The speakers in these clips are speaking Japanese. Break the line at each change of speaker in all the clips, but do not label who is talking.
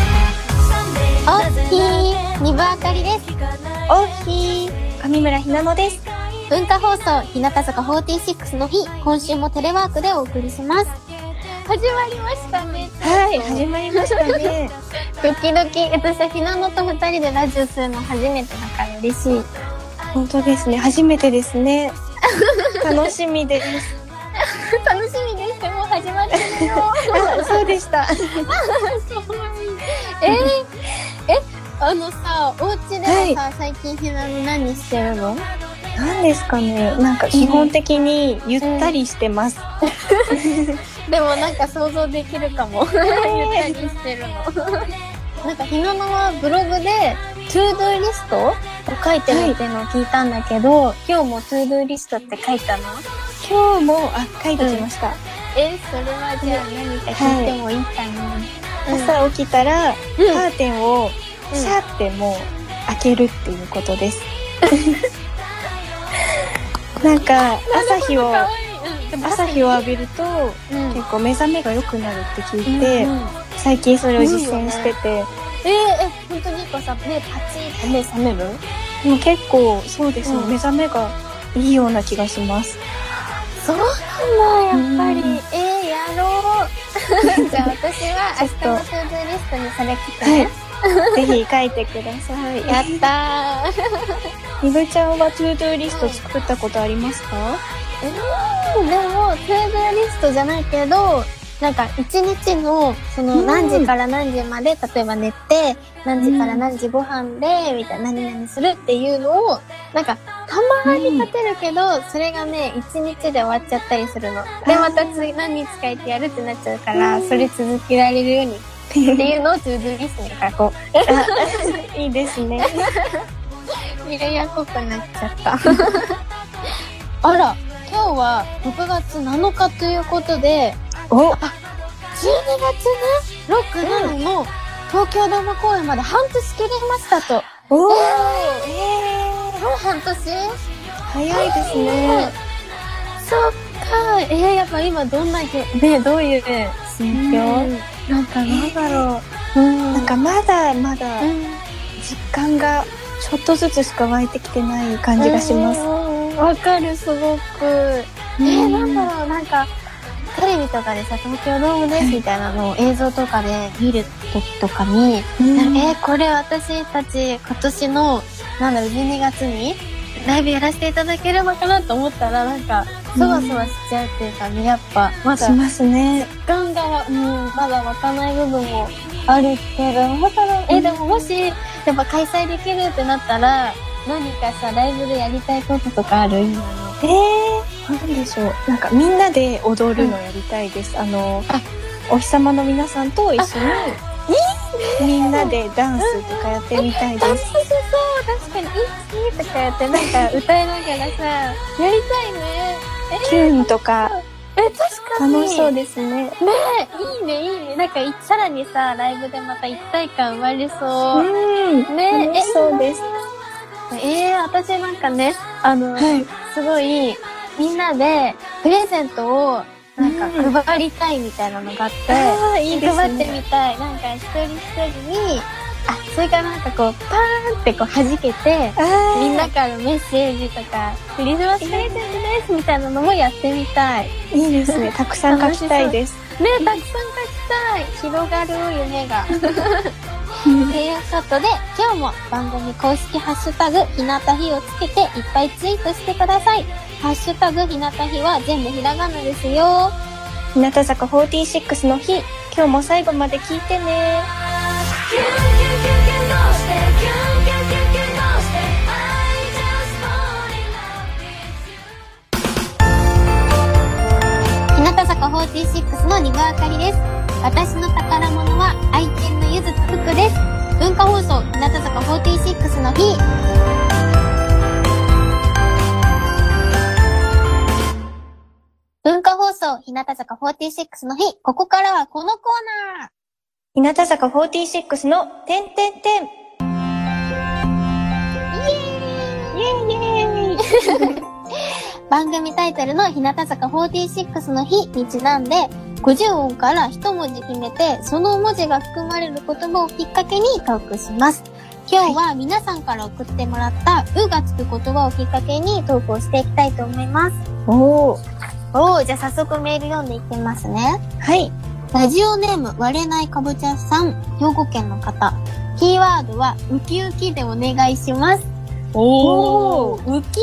おっひー二部あかりです
おひー上村ひなのです
文化放送日向坂46の日今週もテレワークでお送りします始まりましたね
はい始まりました ね
ドキドキ私はひなのと二人でラジオするの初めてだから嬉しい
本当ですね初めてです ね楽しみです
楽しみですもう始まってるよ
あそうでした
えー、えあのさお家ではさ、最近ひなの何してるの
何ですかねなんか基本的にゆったりしてます、
でもなんか想像できるかもゆったりしてるのなんかひなのはブログでトゥードゥリストを書いてるっていうのを聞いたんだけど、今日もトゥードゥリストって書いたの
今日もあ書いてきました、
えそれはじゃあ何か聞いてもいいかな、
朝起きたら、
うん
カーテンを
うん
シャーってもう開けるっていうこと です、なんか朝日を朝日を浴びると
うん
結構目覚めが良くなるって聞い
で
て、最近それを実践してて、
えー、え本当にこうさ目パチンって目覚める
もう結構そうですね、
うん
目覚めがいいような気がします
そうなんだやっぱり、
うん
えー、やろう じゃあ私は明日のトゥードゥリストにそれ聞くね、
ぜひ書いてください
やったー
みぶちゃんはトゥードゥーリスト作ったことありますか
うんでも、トゥードゥーリストじゃないけど、なんか一日の、その
うん
何時から何時まで、例えば寝て、何時から何時ご飯で、みたいな、何々するっていうのを、なんか、たまに立てるけど、それがね、一日で終わっちゃったりするの。で、
ー
また次何日かいてやるってなっちゃうから、
うん
それ続けられるようにっていうのをトゥードゥーリストに書こう。
いいですね
ミレイヤっぽくなっちゃった。 あら、今日は6月7日ということで、
お
12月ね、6、7の東京ドーム公演まで半年切りましたと。
おーえー、
もう半年
早いですね。
そっか。えー、やっぱ今どんなひ、ね、どういう心境なんか
なんだろう
うん。
なんかまだまだ
うん、
実感がちょっとずつしか湧いてきてない感じがします
う。ん。わかる、すごく。えー、なんだろう、なんか、テレビとかでさ、東京ドームですみたいなのを映像とかで見る時とかに、
うん
えーこれ私たち今年のなんだろう12月にライブやらせていただければかなと思ったらなんかそわそわしちゃうっていうかねやっぱまだ
しますね。
ガンガンは、うん、まだ湧かない部分もあるけどまたえーでももしやっぱ開催できるってなったら何かさライブでやりたいこととかある今の
えー、なんでしょう。なんかみんなで踊るのやりたいです。あの
あ、
お日様の皆さんと一緒に、みんなでダンスとかやってみたいで
楽し
す。
そう確かに「いいとかやってなんか歌いながらさやりたいね
キューンとか
え確かに
楽しそうですね。
いいね、いいね。なんかい、さらにさ、ライブでまた一体感生まれそう。
うん。
ね
楽しそうです。
えー、私なんかね、あの、
はい。
すごい、みんなで、プレゼントを、なん
うん
か、配りたいみたいなのがあって、
あーいいですね
配ってみたい。なんか、一人一人に、あ、それからなんかこう、パーンってこう、弾けて、
あー
みんなからメッセージとか、クリスマスプレゼントですみたいなのもやってみたい。ね、
いいですね。たくさん書きたいです。
たくさん書きたい。広がる夢が。ということで、今日も番組公式ハッシュタグ、ひなたひをつけていっぱいツイートしてください。ハッシュタグ、ひなたひは全部ひらがなですよ。
日向坂46の日今日も最後まで聞いてね
日向坂46のにぶあかりです。私の宝物は愛犬のゆずとふくです。文化放送、日向坂46の日。文化放放送、日向坂46の日、ここからはこのコーナー
日向坂46のてんてんてん。イエーイイエーイ
番組タイトルの日向坂46の日にちなんで、50音から1文字決めて、その文字が含まれる言葉をきっかけにトークします。今日は皆さんから送ってもらった、うがつく言葉をきっかけにトークをしていきたいと思います。
おー。
おー、じゃあ早速メール読んでいきますね。
はい。
ラジオネーム、割れないかぼちゃさん、兵庫県の方。キーワードは、ウキウキでお願いします。
おー。
ー、ウキ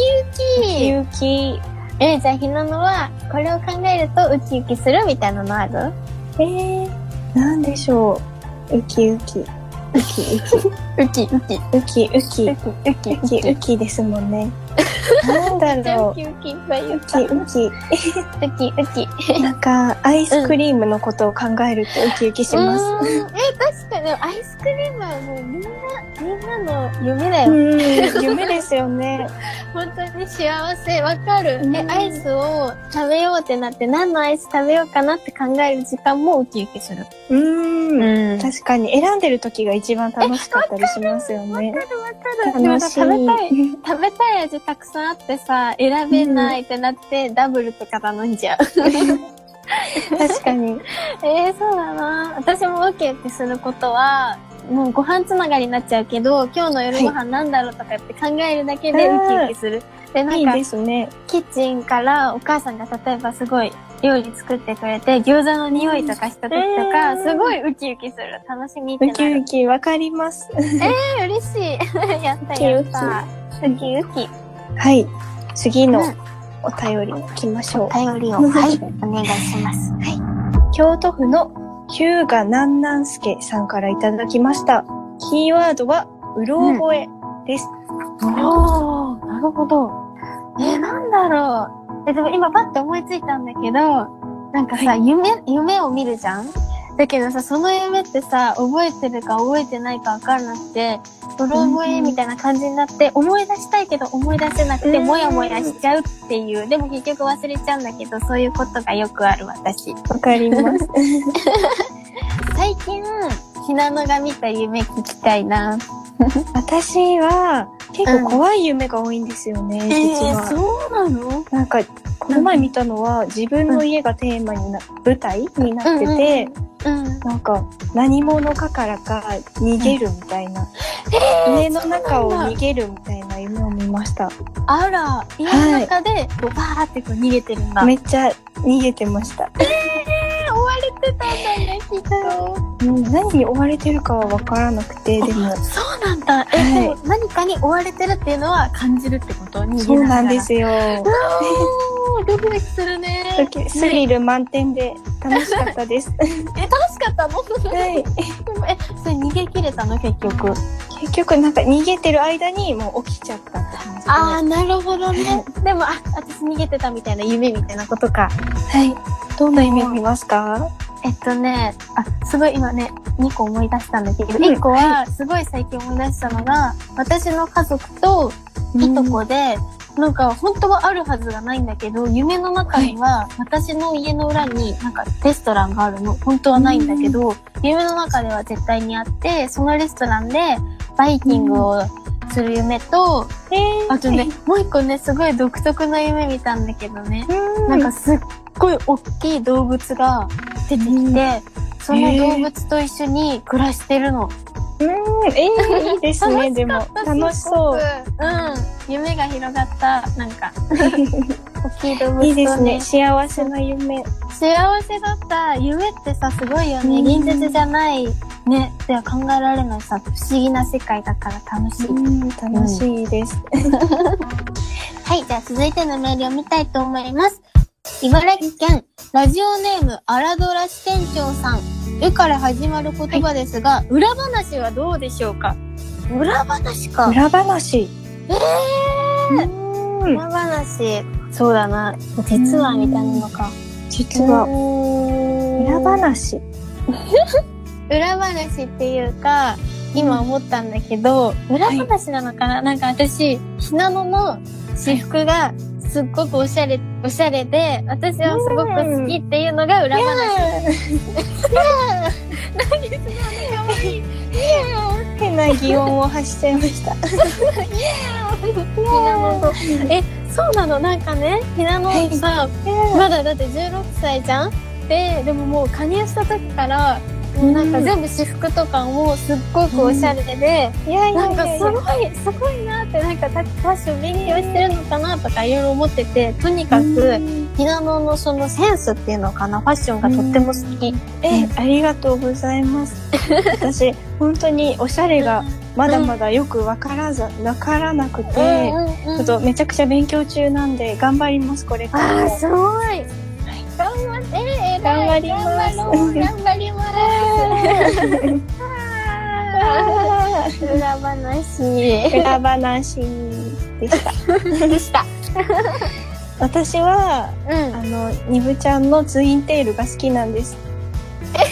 ウキ
ゆうき。
えー、じゃあひなのは、これを考えるとウキウキするみたいなのある
えー、なんでしょう。ウキウキ。ウ
ウキウキ。ウ
キウキ。ウ
ウキウ
キウキですもん ね。なんだろう。
キウキいっぱい言っ
ウ
た
キウキ。
ウキウキ。
なんか、アイスクリームのことを考えるとウキウキします。
うーんえー、確かに、アイスクリームはもうみんな、みんなの夢だ
う
よ。
ん、夢ですよね。
本当に幸せ。わかる
う。ん
え、アイスを食べようってなって、何のアイス食べようかなって考える時間もウキウキする。
うん。
ん
確かに、選んでる時が一番楽しかったりしますよね。
わかる。でも
楽
さ
し
食べたい、
い。
食べたい味たくさんあってさ、選べないってなって、ダブルとか頼んじゃう。
確かに。
えー、そうだな。私もウキウキすることは、もうご飯つながりになっちゃうけど、今日の夜ご飯なんだろうとかって考えるだけで
う
ウキ
ん
ウキする。で、ないん
い
か
で、すね。
キッチンからお母さんが例えばすごい料理作ってくれて、餃子の匂いとかした時とか、
うん
すごいウキウキする。楽しみって
ウ
な
キ
る。
ウキ、わかります。
えー、嬉しい。 やったやった。ウキウキ。
はい。次の
うん
お便り行きましょう。
頼りを、はい、お願いします。
京都府のヒューガ南南助さんからいただきました。キーワードは、うろ覚えです。
おー、なるほど。えー、なんだろう。え、でも今パッと思いついたんだけど、なんかさ、夢、夢を見るじゃんだけどさ、その夢ってさ、覚えてるか覚えてないかわからなくて、うろ覚えみたいな感じになって、思い出したいけど思い出せなくて、
うん
もやもやしちゃうっていう。でも結局忘れちゃうんだけど、そういうことがよくある私。
わかり ます。
最近、ひなのが見た夢聞きたいな。
私は、結構怖い夢が多いんですよね、実は。
そうなの
なんか、この前見たのは、自分の家がテーマにな、舞台になってて、
うん。
なんか、何者かからか逃げるみたいな、家の中を逃げるみたいな夢を見ました。
あら、家の中で、こう、バーってこう逃げてるんだ。
めっちゃ逃げてました。
追われてたんだね、きっと。
うん何に追われてるかはわからなくて、でも、
そうなんだ。え、
は
で
い
も何かに追われてるっていうのは感じるってこと逃げながら
そうなんで。すよ。
おー、ドキドキするね。
ドキスリル満点で楽しかったです。
え、楽しかったの
はい。
え、それ逃げ切れたの、結局。
結局、なんか逃げてる間にもう起きちゃったって感じで。
あー、なるほどね。 でも、あ、私逃げてたみたいな夢みたいなことか。
はい。どんな夢見ますか
えっとね、あ、すごい今ね、2個思い出したんだけど、
うん
1個は、すごい最近思い出したのが、私の家族と、いとこで、なんか本当はあるはずがないんだけど、夢の中には私の家の裏になんかレストランがあるの。本当はないんだけど、夢の中では絶対にあって、そのレストランでバイキングをする夢と、
えー
あとね、もう一個ね、すごい独特な夢見たんだけどね。な
な
ん
ん
か
か、
すっごい大きい動物が出てきて、その動物と一緒に暮らしてるの。
うん、えー、いいですね、でも。楽しそ
う
う。
ん。夢が広がった、なん か、大きい動物と、ね、
いいですね、幸せな夢。
幸せだった。夢ってさ、すごいよね。
うん
現実じゃない、ね、では考えられないさ、不思議な世界だから楽しい。
うん、楽しいです。
はい、じゃあ続いてのメールを見たいと思います。茨城県、ラジオネーム、アラドラ支店長さん。うから始まる言葉ですが、裏話はどうでしょうか裏話か。
裏話。
え
う
ー、
ん、
裏話。そうだな。実はみたいなのか。
実は、裏
裏
話。
裏話っていうか、今思ったんだけど、裏話なのかな、なんか私、ひなのの私服が、すっごくおしゃれ、おしゃれで、私はすごく好きっていうのが裏話。
変な擬音を発しちゃいました。
え、そうなのなんかね、ひなの
はい
さ、まだだって16歳じゃんで、でももう加入した時から、もうなんか全部私服とかもすっごくおしゃれで、
いやい
なんか
やい
す
やいや
ごい、すごいなって、なんかたファッション勉強してるのかなとかいろいろ思ってて、とにかく、ひなののそのセンスっていうのかな、ファッションがとっても好き。
え、ありがとうございます。私、本当におしゃれがまだまだよくわからず、わからなくて、ち
うんうん
ょっとめちゃくちゃ勉強中なんで、頑張ります、これから
ああ、
も。
すごい。頑張って、偉い
頑張ります
頑張ろう頑張り ます。あ
あ
ー裏話
ー裏話でした。
でした。
私は、
うん
あ。の、ニブちゃんのツインテールが好きなんです。今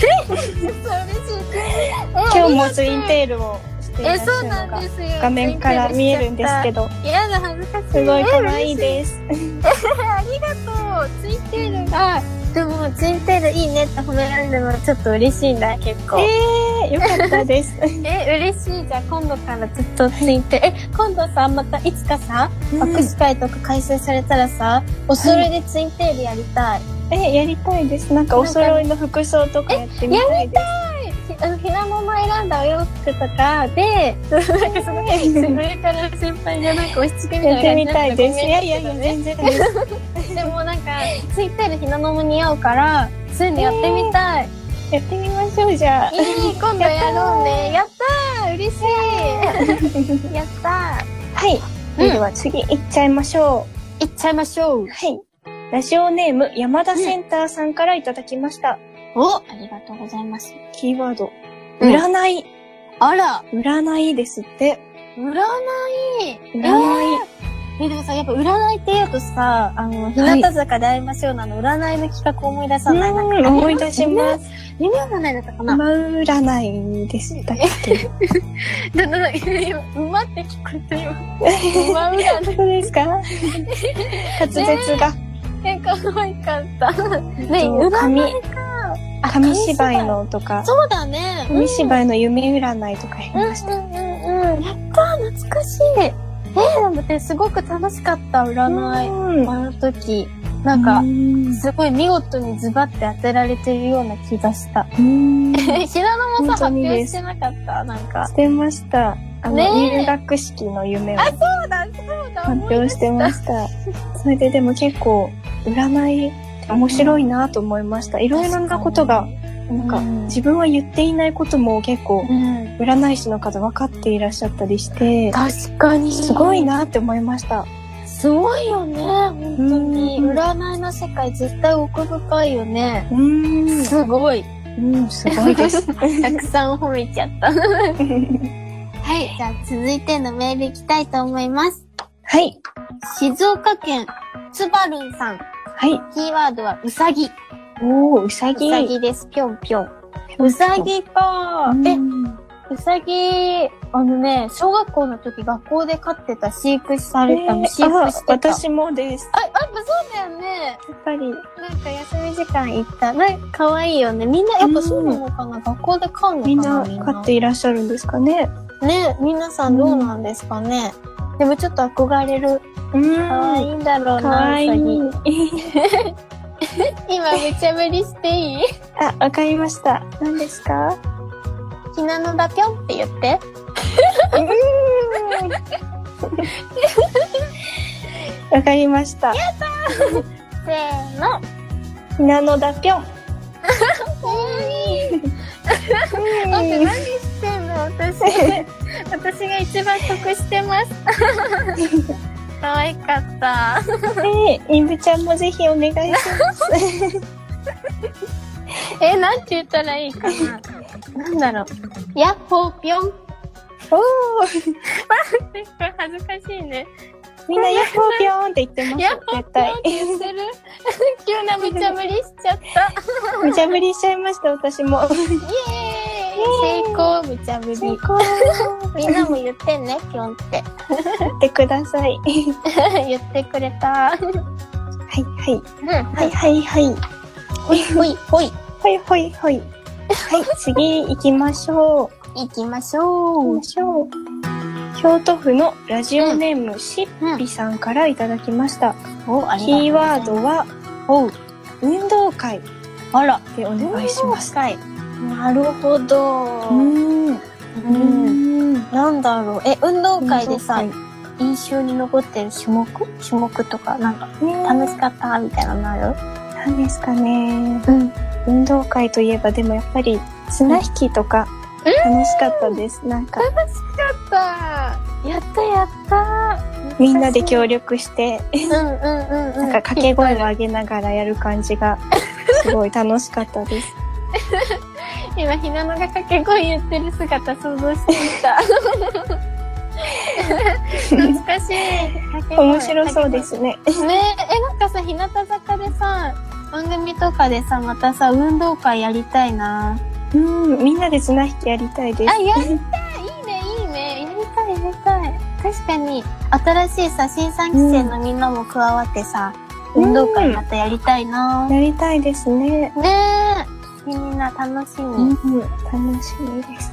今
日もツインテールをしていらっ
え、
しゃ
そう
る
な
の
んで
が
すよ。
画面から見えるんですけど、
ど。やだ、恥ずかしい。
すごい可愛いです。
ありがとう。ツインテールが、でも、ツインテールいいねって褒められるのはちょっと嬉しいんだ、結構。
えー、よかったです。
え、嬉しい。じゃあ今度からずっとついて。え、今度さ、またいつかさ、握手会とか開催されたらさ、お揃いでツインテールやりたい。
え、やりたいです。なんかお揃いの服装とかやってみたいです。
ひあのひなもま選んだお洋服とかで、なんかその、上から先輩がなんか押し付けみ
やったて
い
み
な
た
感
い
じ
です。
に
い
な
や
っ
い
てごめん
やいや、全然です。
でもなんか、ツインテールひなのも似合うから、そういうのやってみたい。
やってみましょう、じゃあ
い。い、今度やろうね。やったー嬉しいやった
はい。それでは次行っちゃいましょ
ーいっちゃいましょう
う。。はい。ラジオネーム、山田センターさんからいただきました。
おありがとうございます。
キーワード。
うん
占い。
あら
占いですって。
占い
占い。
え、でもさ、やっぱ占いって言うとさ、あの、日向坂で会いましょうなの、占いの企画思い出さない、なん
うん
か。
思い出します
夢占いだったかな、
馬占いでしたっけ
だんだんだん、今馬って聞こえたよ。 馬占い。
どうで すか滑舌が。
え、可愛かった。ね
と紙
占いか。あ
紙芝居。のと
紙芝
か
居、そうだね。
紙芝居の夢占いとかやり
うんうん
ました。
うんうん。やったー、懐かしい。えー、でもね、すごく楽しかった、占い。
うん
あの時。なんか、すごい見事にズバって当てられてるような気がした。
うん
え、 平野もさ、発
本当に
表
で
し
す
てなかったなんか。
してました。あの、
ねえ
入学式の夢を発
そうだ、そうだ
表してました。それででも結構、占いって面白いなと思いました。いろいろなことが、なんか、
うん
自分は言っていないことも結構、
うん。
占い師の方分かっていらっしゃったりして、
確かに。
すごい。なって思いました。
すごいよね、本当に。
うん
占いの世界絶対奥深いよね。
うん。
すごい。
うん、すご いです。
たくさん褒めちゃ った。はい、じゃあ続いてのメールいきたいと思います。
はい。
静岡県、つばるんさん。
はい。
キーワードはうさぎ。
おー、うさぎ。
うさぎです、ぴょんぴょん。うさぎか
うん。
え、うさぎ、あのね、小学校の時学校で飼ってた飼育されたの、飼
あ
育してた。
私もです。
あ、やっぱそうだよね。
やっぱり、
なんか休み時間行った。なんか可愛いよね。みんな、やっぱそうなのかな、学校で飼うのかな
みんな飼っていらっしゃるんですかね。
ね、皆さんどうなんですかね。でもちょっと憧れる。
うん。
可愛いんだろうな、
かわいい。
うさぎ。 今、めちゃぶりしていい
あ、わかりました。何ですか
ひなのだぴょんって言って。
わかりました。
せーの。
ひなのだぴょん。
だって何してんの私 私が一番得してます 可愛かった
えー、インブちゃんもぜひお願いします。
えなんて言ったらいいかななんだろうやっほーぴょん
おー、
結構恥ずかしいね
みんなヤッホーぴょーんって言って
やっ
ま
ほーぴょ
す。絶
ん
対
っ。て言ってる 急な無茶ぶりしちゃった
無茶ぶりしちゃいました、私
イ
も。
エ成功、むちゃぶり。
成 功
みんなも言ってんね、ぴょんって。
やってください。
言ってくれた。
はいはい。
うん、
はい。はいはい。
ほいほいほい。
はいはいはい。はい、次行きましょう。
行きまし
行
ょう
きま。しょう。京都府のラジオネーム、しっ
う
ぴ。さんからいただきました。
お、あ
キーワードは、おう、運動会
あら、
でお
お
願いします。
なるほど
う。ーん。
うん。
運
なんだろう。え、運動会でさ
動、
印象に残ってる種目種目とか、なんか、
会ね
楽しかったみたいなのある
なんですかね。
うん。
運動会といえば、でもやっぱり、綱引きとか、楽しかったです。なんか、
やったやったやった
みんなで協力して、
うんうんうんうん。
なんか掛け声を上げながらやる感じ が、すごい楽しかったです。
今、ひなのが掛け声言ってる姿想像してみ た。懐かしい。
面白そうで。すね。
ねえ、え、なんかさ、日向坂でさ、番組とかでさ、またさ、運動会やりたいな。
うん、みんなで綱引きやりたいで
あ、
す。
やりたいいいね、いいね。やりたい、やりたい。確かに、新しいさ、新3期生のみんなも加わってさ、
うん
運動会またやりたいな。ね
やりたいですね。
え、みんな楽しみ。
うん、楽しみです。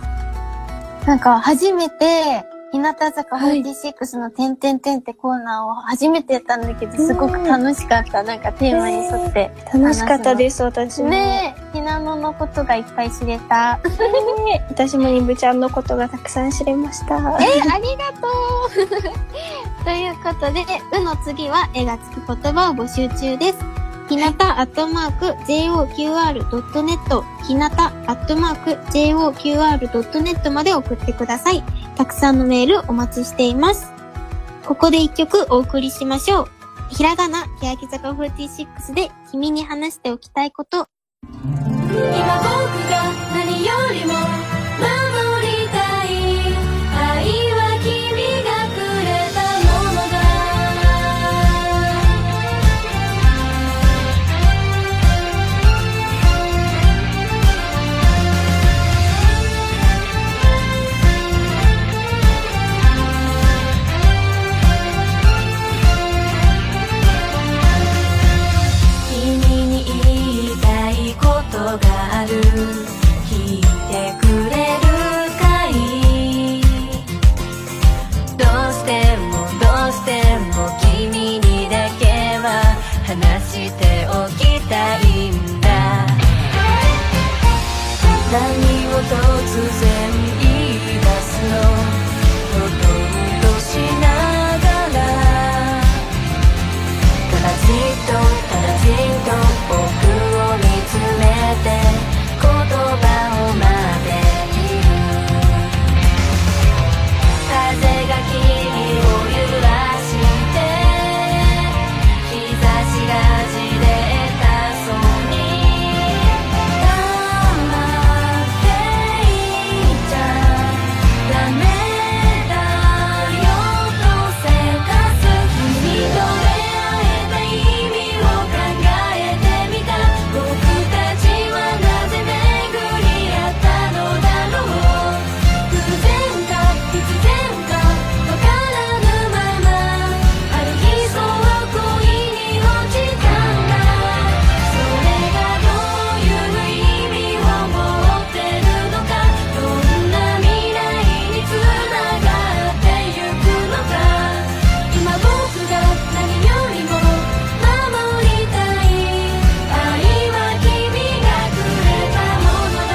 なんか、初めて、日向坂46のてんてんてんってコーナーを初めてやったんだけど、すごく楽しかった。なんかテーマに沿って。
楽しかったです、私も。
ねえ、ひなののことがいっぱい知れた。え、
私もにぶちゃんのことがたくさん知れました。
ありがとう ということで、うの次は、絵がつく言葉を募集中です。ひなたアットマーク JOQR.net ひなたアットマーク JOQR.net まで送ってください。たくさんのメールお待ちしています。ここで一曲お送りしましょう。ひらがな、欅坂46で君に話しておきたいこと。
今僕が何よりも守りたい愛は君がくれたものだ君に言いたいことがある聞いてくれるかいどうしてもどうしても君にだけは話しておきたいんだ何を突然言い出すのほとんどしながらただじっとただじっと僕を見つめて言葉を待っている風が君を揺らして日差しがじれたそうに「黙っていちゃダメだよ」とせかす君と出会えた意味を考えてみた僕たちはなぜ巡り合ったのだろう偶然か必然かわからぬままある日そう恋に落ちたんだそれがどういう意味を持ってるのかどこまでも行きたいどんな未来につながってゆくのか今僕が何よりも守りたい愛は君がくれたものだ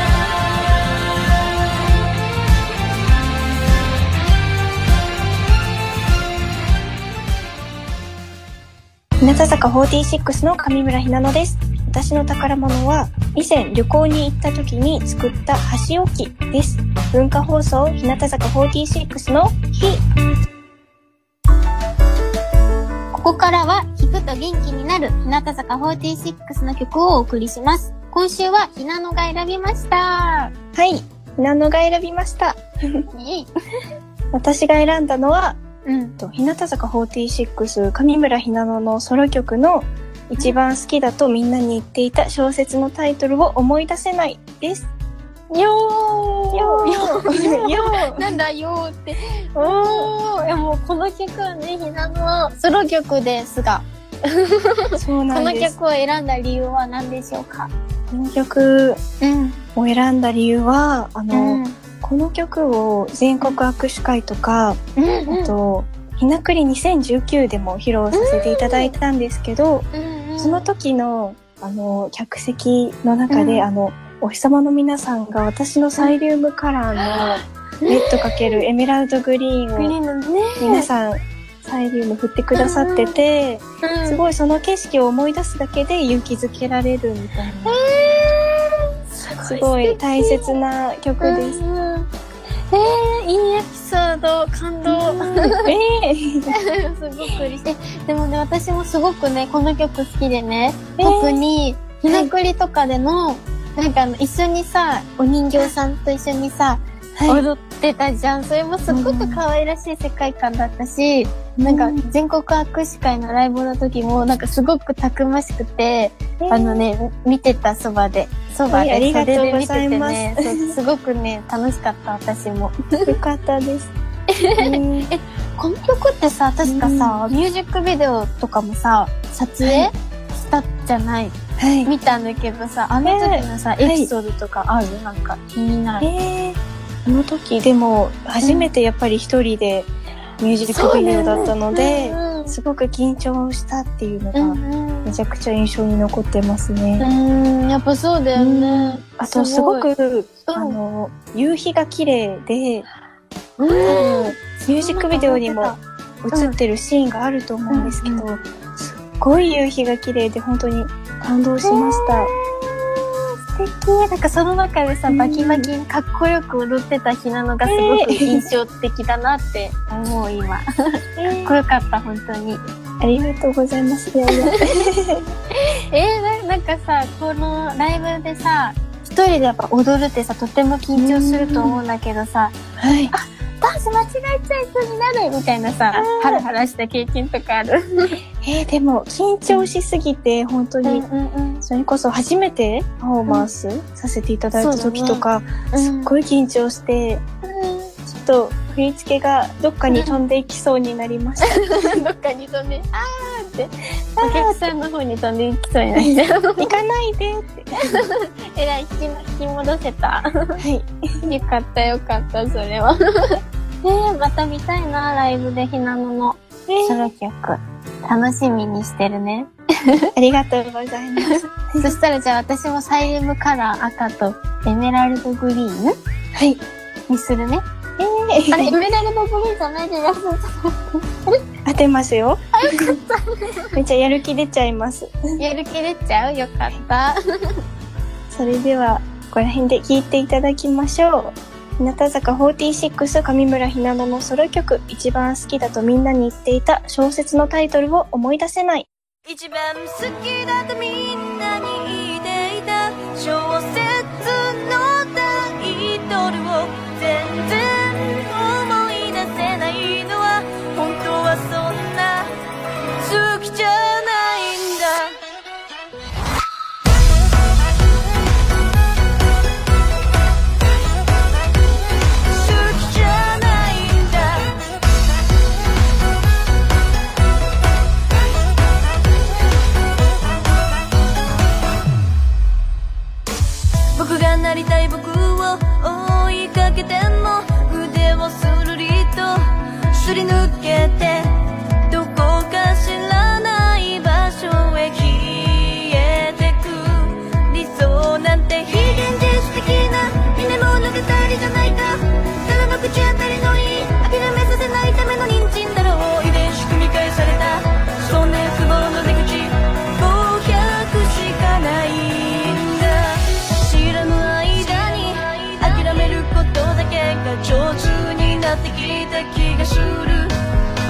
日向坂46の上村ひなのです。私の宝物は、以前旅行に行った時に作った箸置きです。文化放送日向坂46の日。
ここからは、弾くと元気になる、日向坂46の曲をお送りします。今週は、ひなのが選びました。
はい、ひなのが選びました。
イェイ
私が選んだのは、
うん。
と日向坂46上村ひなののソロ曲の一番好きだとみんなに言っていた小説のタイトルを思い出せないです。
よー
よーよーよー
なんだよーって。
お
おーいやもうこの曲はね、ひなのソロ曲ですが、
ーそう
こ
な
の
んです。
曲を選んだ理由は何でしょうか
この曲
うん。
を選んだ理由は、あの、
うん。
この曲を全国握手会とか、
うんうん
あと、ひなくり2019でも披露させていただいたんですけど、
うんうん
その時の、あの、客席の中で、
うん
あの、お日様の皆さんが私のサイリウムカラーのレッドかけるエメラルドグリー
グリ
ンを
ーンのね、
皆さんサイリウム振ってくださってて、
うん
すごいその景色を思い出すだけで勇気づけられるみたいな、すごい大切な曲
うん
です。
うんえー、いいエピソード、感動。
えー
すごく嬉しい。えでもね、私もすごくね、この曲好きでね、
えー
特に、ひなくりとかでの、なんかあの、一緒にさ、お人形さんと一緒にさ、
はい
踊ってたじゃん。それもすごく可愛らしい世界観だったし、なんか、全国握手会のライブの時も、なんかすごくたくましくて、あのね、見てたそばで、そばで、
えーありがとう
それで見てて
ござ
ね
い
そうすごくね、楽しかった、私も。
よかったです。うん
この曲ってさ、確かさ、ミュージックビデオとかもさ、撮影したじゃない、
はい。
見たんだけどさ、あの時のさ、
えー
エピソードとかある、なんか気になる。
えー、あの時でも初めてやっぱり一人でミュージックビデオだったので、
うん
すごく緊張したっていうの
う
が
ん
めちゃくちゃ印象に残ってます
う
ね。
ん、うんやっぱそうだよね。
あとすご
い、
く
うん
あの夕日が綺麗で、
うん
ミュージックビデオにも映ってるシーンがあると思うんですけど、すっごい夕日が綺麗で本当に感動しました。
素敵なんかその中でさ、
うん
バキバキにかっこよく踊ってたひなのがすごく印象的だなって思う今。 かっこよかった、本当に。
ありがとうございます。いやいや
えー、ななんかさこのライブでさ一人でやっぱ踊るってさとても緊張すると思うんだけどさ
はい。
ダンス間違えちゃいそうになるみたいなさ
うん
ハラハラした経験とかある
えーでも緊張しすぎて本当に
ん
それこそ初めてパフォーマンスさせていただいた時とか、すっごい緊張して、ちょっと振り付けがどっかに飛んでいきそうになりました。
どっかに飛んであーってお客さんの方に飛んでいきそうになっちゃう
行かないでって。
えらい引き引き戻せた
はい。
よかったよかったそれはね えまた見たいなライブでひなののソロ曲楽しみにしてるね
ありがとうございます。
そしたらじゃあ私もサイリウムカラー赤とエメラルドグリーン
はい。
にするね。
え
あれ、エ
ー、
メラルドグリーンじゃないでます。
当てますよ。めっちゃやる気出ちゃいます。
やる気出ちゃうよかった。
それでは、ここら辺で聴いていただきましょう。日向坂46上村ひなののソロ曲、一番好きだとみんなに言っていた小説のタイトルを思い出せない。
一番好きだとみんなに言っていた小説のタイトルを全然思い出せないのは本当はそんな好きじゃないんだ好きじゃないんだ僕がなりたい僕を追いかけても腕をするりとすり抜けてどこか知らない場所へ消えてく理想なんて非現実的な夢物語じゃないかただの口当たりのいい諦めさせないための人参だろう遺伝子組み換えされた少年不毛の出口500しかないんだ知らぬ間に諦めることだけが上手になってきた気がする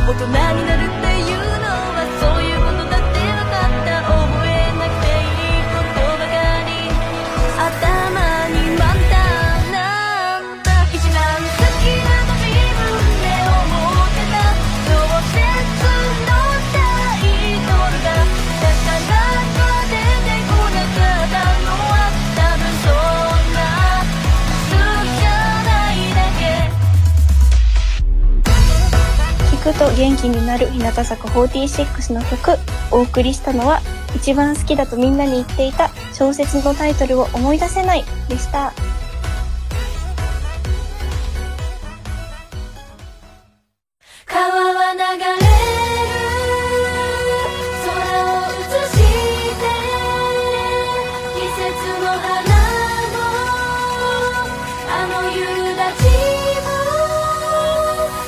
大人になるっていうのはそういうことだって分かった覚えなくていいことばかり頭に満タンなんだ一番好きなの自分で思ってた小説のタイトルがなかなか出てこなかったのは多分そんな「好きじゃないんだ」
と元気になる日向坂46の曲お送りしたのは一番好きだとみんなに言っていた小説のタイトルを思い出せないでした
川は流れる空を映して季節の花のあの夕立も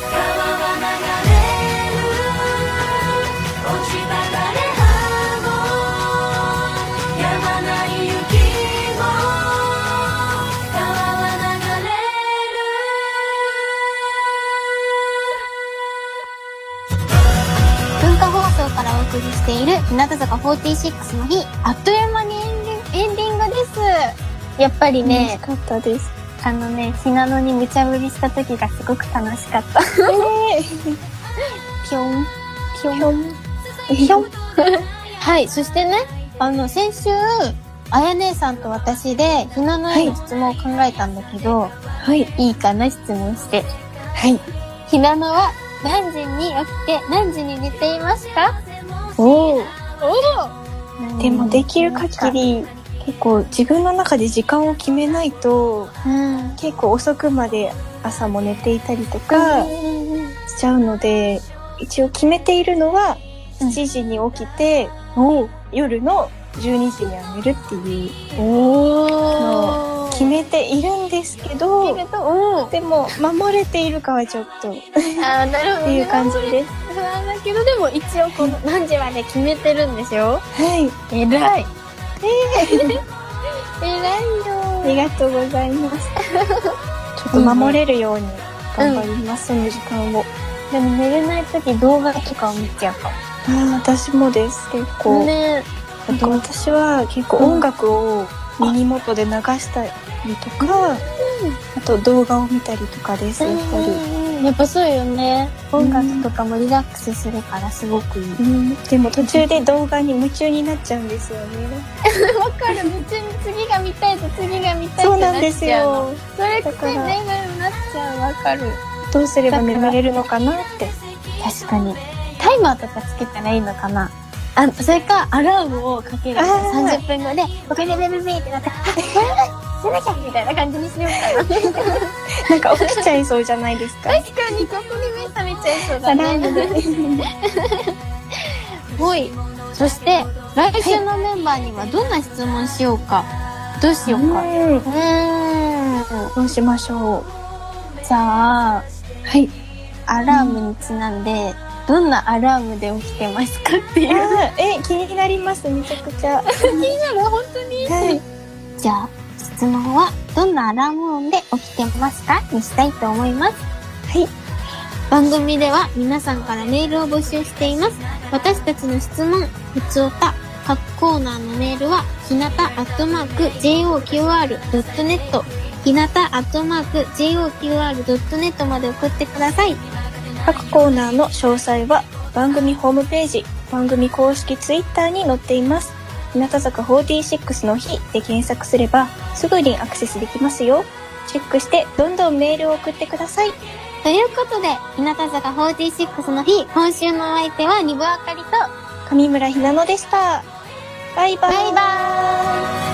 川は流れる落ち葉枯れ葉もやまない雪も川は流れる
文化放送からお送りしている日向坂46の日あっという間にエンディングエンディングですやっぱり
嬉し
ね、
かったです
あのねひなのに無茶ぶりした時がすごく楽しかった ぴょんぴょん
ひょん
はいそしてねあの先週あや姉さんと私でひなのへの質問を考えたんだけど、
はい
いいかな質問して
はい
ひなのは何時に起きて何時に寝ていますか
おお
お
でもできる限り結構自分の中で時間を決めないと
うん
結構遅くまで朝も寝ていたりと
が
かしちゃうので一応決めているのは
うん
7時に起きて、夜の12時には寝るっていう
お
決めているんですけど
るとお
でも守れているかはちょっとっ
ああなるほど
ていう感
じ
じです。
不安だけどでも一応この何時まで決めてるんでしょ
はい、
えらい えらい
あ
よ
りがとうございます。 ちょっと守れるように頑張ります、その時間を。
でも寝れない時動画とかを見ちゃうか
ああ私もです結構、
もね
なんか私は結構音楽を耳元で流したりとか、あと動画を見たりとかですやっぱり、
やっぱそうよね音
音
楽
楽
と
と
かもリラックスするからすごくいい
うんでも途中で動画に夢中になっちゃうんですよね
わかる夢中に次が見たいと次が見たい
そ
っ
う
て
なんです
の
よ
それ
だから
になっちゃうわかる
どうすれば眠れるのかなって
確かにタイマーとかつけたらいいのかなあそれかアラームをかける
あー
30分後で「お金ベベベ」ってなって「あやばいしなきゃ」みたいな感じにしようかな
なんか起きちゃいそうじゃないですか
確かにここに目覚めちゃいそう
アラームで
いそして来週のメンバーにはどんな質問しようか、どうしようか
うん
うーん
どうしましょう
じゃあ
はい
アラームにちなんで、どんなアラームで起きてますかっていう
あーえ気になりますめちゃくちゃ
気になる本当に
はい
じゃあ質問はどんなアラーム音で起きてますかにしたいと思います
はい
番組では皆さんからメールを募集しています私たちの質問ふつおた各コーナーのメールはひなたアットマーク JOQR.net ひなたアットマーク JOQR.net まで送ってください
各コーナーの詳細は番組ホームページ番組公式ツイッターに載っています日向坂46の日で検索すればすぐにアクセスできますよチェックしてどんどんメールを送ってください
ということで日向坂46の日今週のお相手はにぶあかりと
上村ひなのでしたバイバイ
バイバーイ